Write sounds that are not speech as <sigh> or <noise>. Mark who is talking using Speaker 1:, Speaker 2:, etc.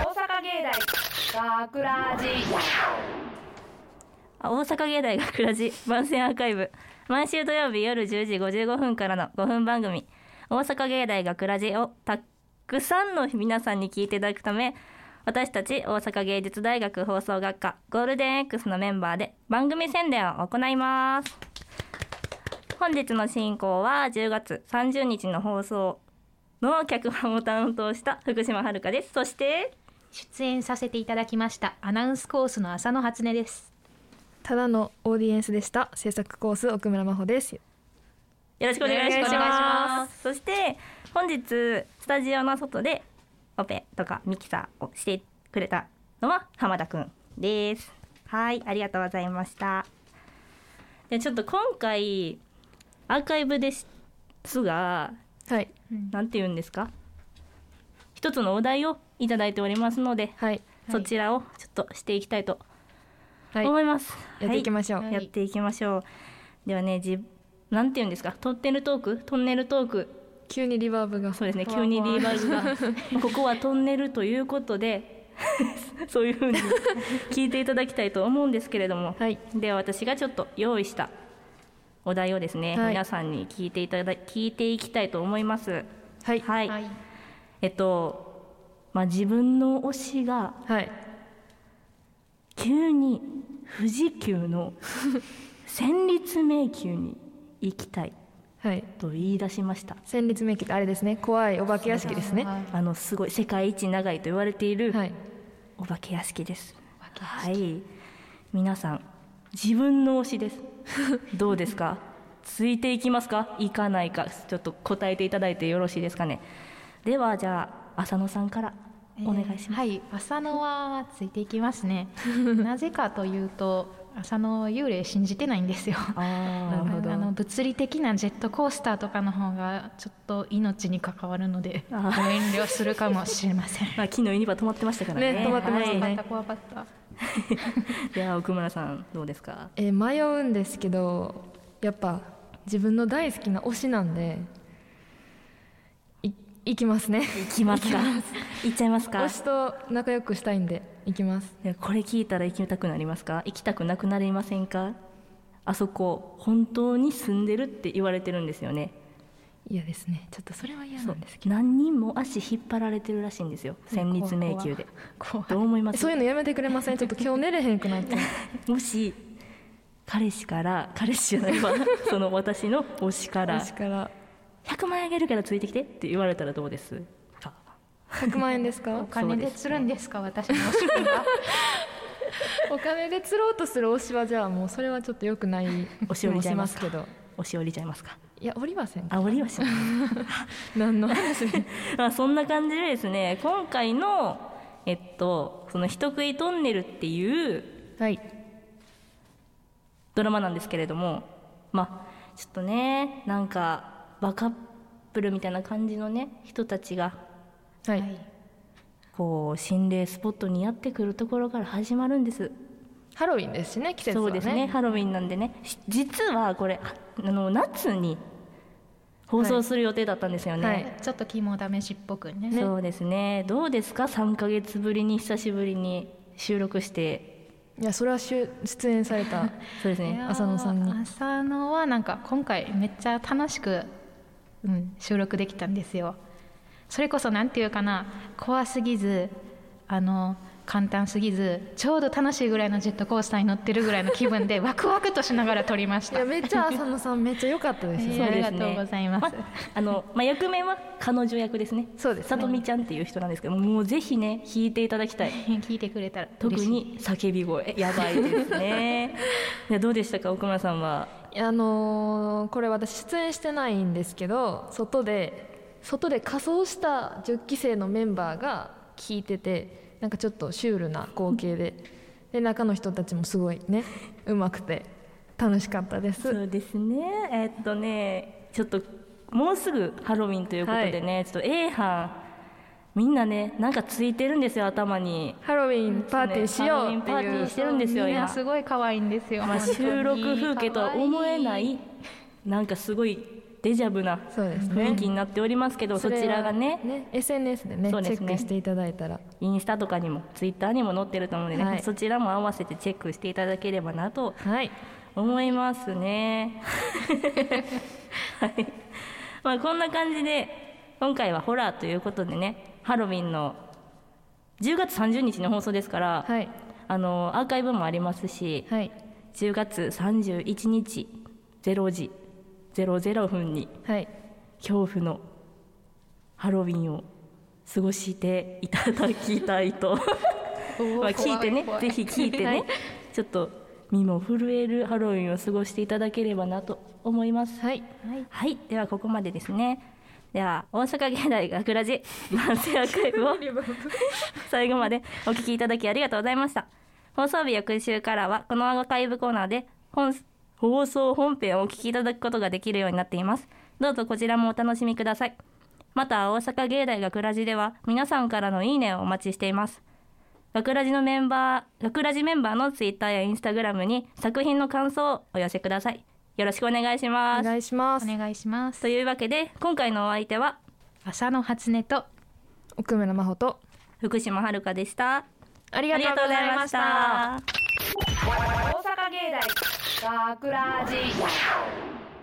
Speaker 1: 大学ラジ
Speaker 2: あ大阪芸大学ラジ番宣アーカイブ毎週土曜日夜10時55分からの5分番組「大阪芸大学ラジをたくさんの皆さんに聞いていただくため私たち大阪芸術大学放送学科ゴールデン X のメンバーで番組宣伝を行います本日の進行は10月30日の放送の脚本を担当した福島遥ですそして
Speaker 3: 出演させていただきましたアナウンスコースの浅野初音です
Speaker 4: ただのオーディエンスでした制作コース奥村真帆です
Speaker 2: よろしくお願いします
Speaker 3: お願いしま
Speaker 2: そして本日スタジオの外でオペとかミキサーをしてくれたのは浜田くんですはいありがとうございましたでちょっと今回アーカイブですが
Speaker 4: はい
Speaker 2: なんて言うんですか一つのお題をいただいておりますので、
Speaker 4: はい
Speaker 2: そちらをちょっとしていきたいと
Speaker 4: はい
Speaker 2: 思います、
Speaker 4: やっていきましょう、
Speaker 3: は
Speaker 2: やっていきましょう。ではね、じ、なんて言うんですか、トンネルトーク、トンネルトーク。
Speaker 4: 急にリバーブが
Speaker 2: そうですね、
Speaker 3: ふわ
Speaker 2: 急にリーバ
Speaker 4: <laughs>
Speaker 2: ーグが、ここはトンネルということで。 <laughs> そういう風に聞いていただきたいと思うんですけれども、
Speaker 4: はい
Speaker 2: では私がちょっと用意したお題をですね、
Speaker 4: はい
Speaker 2: 皆さんに聞いていただ聞いていきたいと思います。
Speaker 4: はいはい、
Speaker 2: はい、えっと、まあ自分の推しが急に富士急
Speaker 4: <laughs>
Speaker 2: の戦慄迷宮に行きたい
Speaker 4: はい
Speaker 2: と言い出しました
Speaker 4: 戦慄迷宮ってあれですね怖いお化け屋敷ですねは
Speaker 2: あのすごい世界一長いと言われている
Speaker 4: い
Speaker 2: お化け屋敷です、はい皆さん自分の推しですどうですかついていきますか行かないかちょっと答えていただいてよろしいですかねではじゃあ浅野さんからお願いします、
Speaker 3: えーはい浅野はついていきますねなぜかというと浅野は幽霊信じてないんですよ
Speaker 2: あー
Speaker 3: あのあの物理的なジェットコースターとかの方がちょっと命に関わるのでご
Speaker 2: あー
Speaker 3: 遠慮するかもしれません
Speaker 2: まあ、昨日ユニバ止まってましたからね
Speaker 4: ね止まってましたね
Speaker 2: は
Speaker 3: 怖かっ
Speaker 2: い
Speaker 3: た怖かった
Speaker 2: じゃあ奥村さんどうですか
Speaker 4: えー迷うんですけどやっぱ自分の大好きな推しなんでい行きますね
Speaker 2: 行きますか行っちゃいますか
Speaker 4: 推しと仲良くしたいんで行きます
Speaker 2: いやこれ聞いたら行きたくなりますか行きたくなくなりませんかあそこ本当に住んでるって言われてるんですよね
Speaker 4: 嫌ですねちょっとそれは嫌
Speaker 2: そ
Speaker 4: な
Speaker 2: うん
Speaker 4: ですけ
Speaker 2: 何人も足引っ張られてるらしいんですよ戦慄迷宮で
Speaker 3: 怖い
Speaker 2: どう思いま
Speaker 4: ど
Speaker 2: す
Speaker 4: そういうのやめてくれませんちょっと今日寝れへんくなっちゃう
Speaker 2: もし彼氏から彼氏じゃないわその私の推しから
Speaker 4: 私から
Speaker 2: 100万円あげるからついてきてって言われたらどうですか
Speaker 4: 100万円ですか
Speaker 3: お金で釣るんですか私の仕事が
Speaker 4: お金で釣ろうとする推しはじゃあもうそれはちょっと良くない
Speaker 2: 推し降りちゃいます
Speaker 4: 気
Speaker 2: か
Speaker 4: もしけど
Speaker 2: 推し降りちゃいますか
Speaker 4: いや降りません
Speaker 2: あ降りはしない
Speaker 4: 何
Speaker 2: <laughs>
Speaker 4: の話で
Speaker 2: まあ、そんな感じでですね今回のえっとその「人食いトンネル」っていう
Speaker 4: はい
Speaker 2: ドラマなんですけれどもまあちょっとねなんかバカップルみたいな感じのね人たちが
Speaker 4: はい、
Speaker 2: こう心霊スポットにやってくるところから始まるんです
Speaker 4: ハロウィンですしね季節
Speaker 2: そう
Speaker 4: は
Speaker 2: で
Speaker 4: ね
Speaker 2: すねハロウィンなんでねし実はこれああの夏に放送する予定だったんですよね、
Speaker 4: はい
Speaker 3: ちょっと肝試しっぽくね
Speaker 2: そうですねどうですか3ヶ月ぶりに久しぶりに収録して
Speaker 4: いやそれはしゅ出演され
Speaker 2: <laughs>
Speaker 4: た
Speaker 2: そうです
Speaker 3: い
Speaker 2: ね
Speaker 3: やー
Speaker 4: 浅野さんに
Speaker 3: 浅野はなんか今回めっちゃ楽しく、うん、収録できたんですよそれこそなんていうかな怖すぎずあの簡単すぎずちょうど楽しいぐらいのジェットコースターに乗ってるぐらいの気分 <laughs> でワクワクとしながら撮りまし
Speaker 4: い
Speaker 3: た
Speaker 4: やめっちゃ浅野さんめっちゃ良かったですよ、
Speaker 2: そうで
Speaker 3: え
Speaker 2: すね
Speaker 3: ありがとうございます
Speaker 2: あの、まあ、役名は彼女役ですね。
Speaker 4: そうです
Speaker 2: さとみちゃんっていう人なんですけど、もうぜひね、弾いていただきたい。
Speaker 3: 聞いてくれたら
Speaker 2: 特
Speaker 3: 嬉しい
Speaker 2: に叫び声、やばいですね。
Speaker 4: <laughs>
Speaker 2: いや、どうでしたか、奥村さんは。
Speaker 4: いやあのーこれ私出演してないんですけど外で外で仮装した10期生のメンバーが聞いててなんかちょっとシュールな光景でで中の人たちもすごいねうまくて楽しかったです
Speaker 2: そうですね。えっとね、ちょっと、もうすぐハロウィンということでね、ちょっと A 班、みんなね、なんかついてるんですよ、頭に。
Speaker 4: ハロウィンパーティーしよ
Speaker 2: ハロウィ
Speaker 4: う
Speaker 2: ン
Speaker 4: って
Speaker 2: パーティ
Speaker 4: い
Speaker 2: ー
Speaker 4: う
Speaker 2: してるんですよ、
Speaker 3: みんな
Speaker 2: 今。
Speaker 3: すごい可愛いんですよ、
Speaker 2: まあ、
Speaker 3: 本当に
Speaker 2: 収録風景とは思えな
Speaker 3: 可愛
Speaker 2: いなんかすごいデジャブな
Speaker 4: そうですね
Speaker 2: 雰囲気になっておりますけど、そ
Speaker 4: れは
Speaker 2: ちらがね
Speaker 4: SNS でね
Speaker 2: そう
Speaker 4: チ
Speaker 2: で
Speaker 4: ェ
Speaker 2: すね
Speaker 4: ックしていただいたら
Speaker 2: インスタとかにもツイッターにも載ってると思うのでね、
Speaker 4: はい
Speaker 2: そちらも合わせてチェックしていただければなと
Speaker 4: はい
Speaker 2: 思います
Speaker 4: <laughs>
Speaker 2: ね。はい。まあこんな感じで今回はホラーということでね、ハロウィンの10月30日の放送ですから、
Speaker 4: はい
Speaker 2: あのアーカイブもありますし、
Speaker 4: はい
Speaker 2: 10月31日0時00分に
Speaker 4: はい
Speaker 2: 恐怖のハロウィンを過ごしていただきたいと。まあ、聞いてねぜひ聞いてね、
Speaker 4: はい
Speaker 2: ちょっと身も震えるハロウィンを過ごしていただければなと思います
Speaker 4: はい
Speaker 2: はいではここまでですねでは大阪芸大学ラ
Speaker 4: <laughs>
Speaker 2: ジ男性アーカイブを最後までお聞きいただきありがとうございました放送日翌週からはこのアーカイブコーナーで本放送本編をお聞きいただくことができるようになっていますどうぞこちらもお楽しみくださいまた大阪芸大学ラジでは皆さんからのいいねをお待ちしています学ラジのメンバー、学ラジメンバーのツイッターやインスタグラムに作品の感想をお寄せください。よろしくお願いし
Speaker 4: お
Speaker 2: ます。
Speaker 4: 願いしま
Speaker 3: お
Speaker 4: す
Speaker 3: 願いします
Speaker 2: というわけで、今回のお相手は
Speaker 3: 朝の初音と
Speaker 4: 奥村真帆と
Speaker 2: 福島遥でした。
Speaker 4: あり
Speaker 2: あ
Speaker 4: が
Speaker 2: り
Speaker 4: とう
Speaker 2: がとう
Speaker 4: ご
Speaker 2: ご
Speaker 4: ざ
Speaker 2: ざ
Speaker 4: い
Speaker 2: い
Speaker 4: ま
Speaker 2: ま
Speaker 4: し
Speaker 2: したた。
Speaker 1: 大阪芸大学ラジ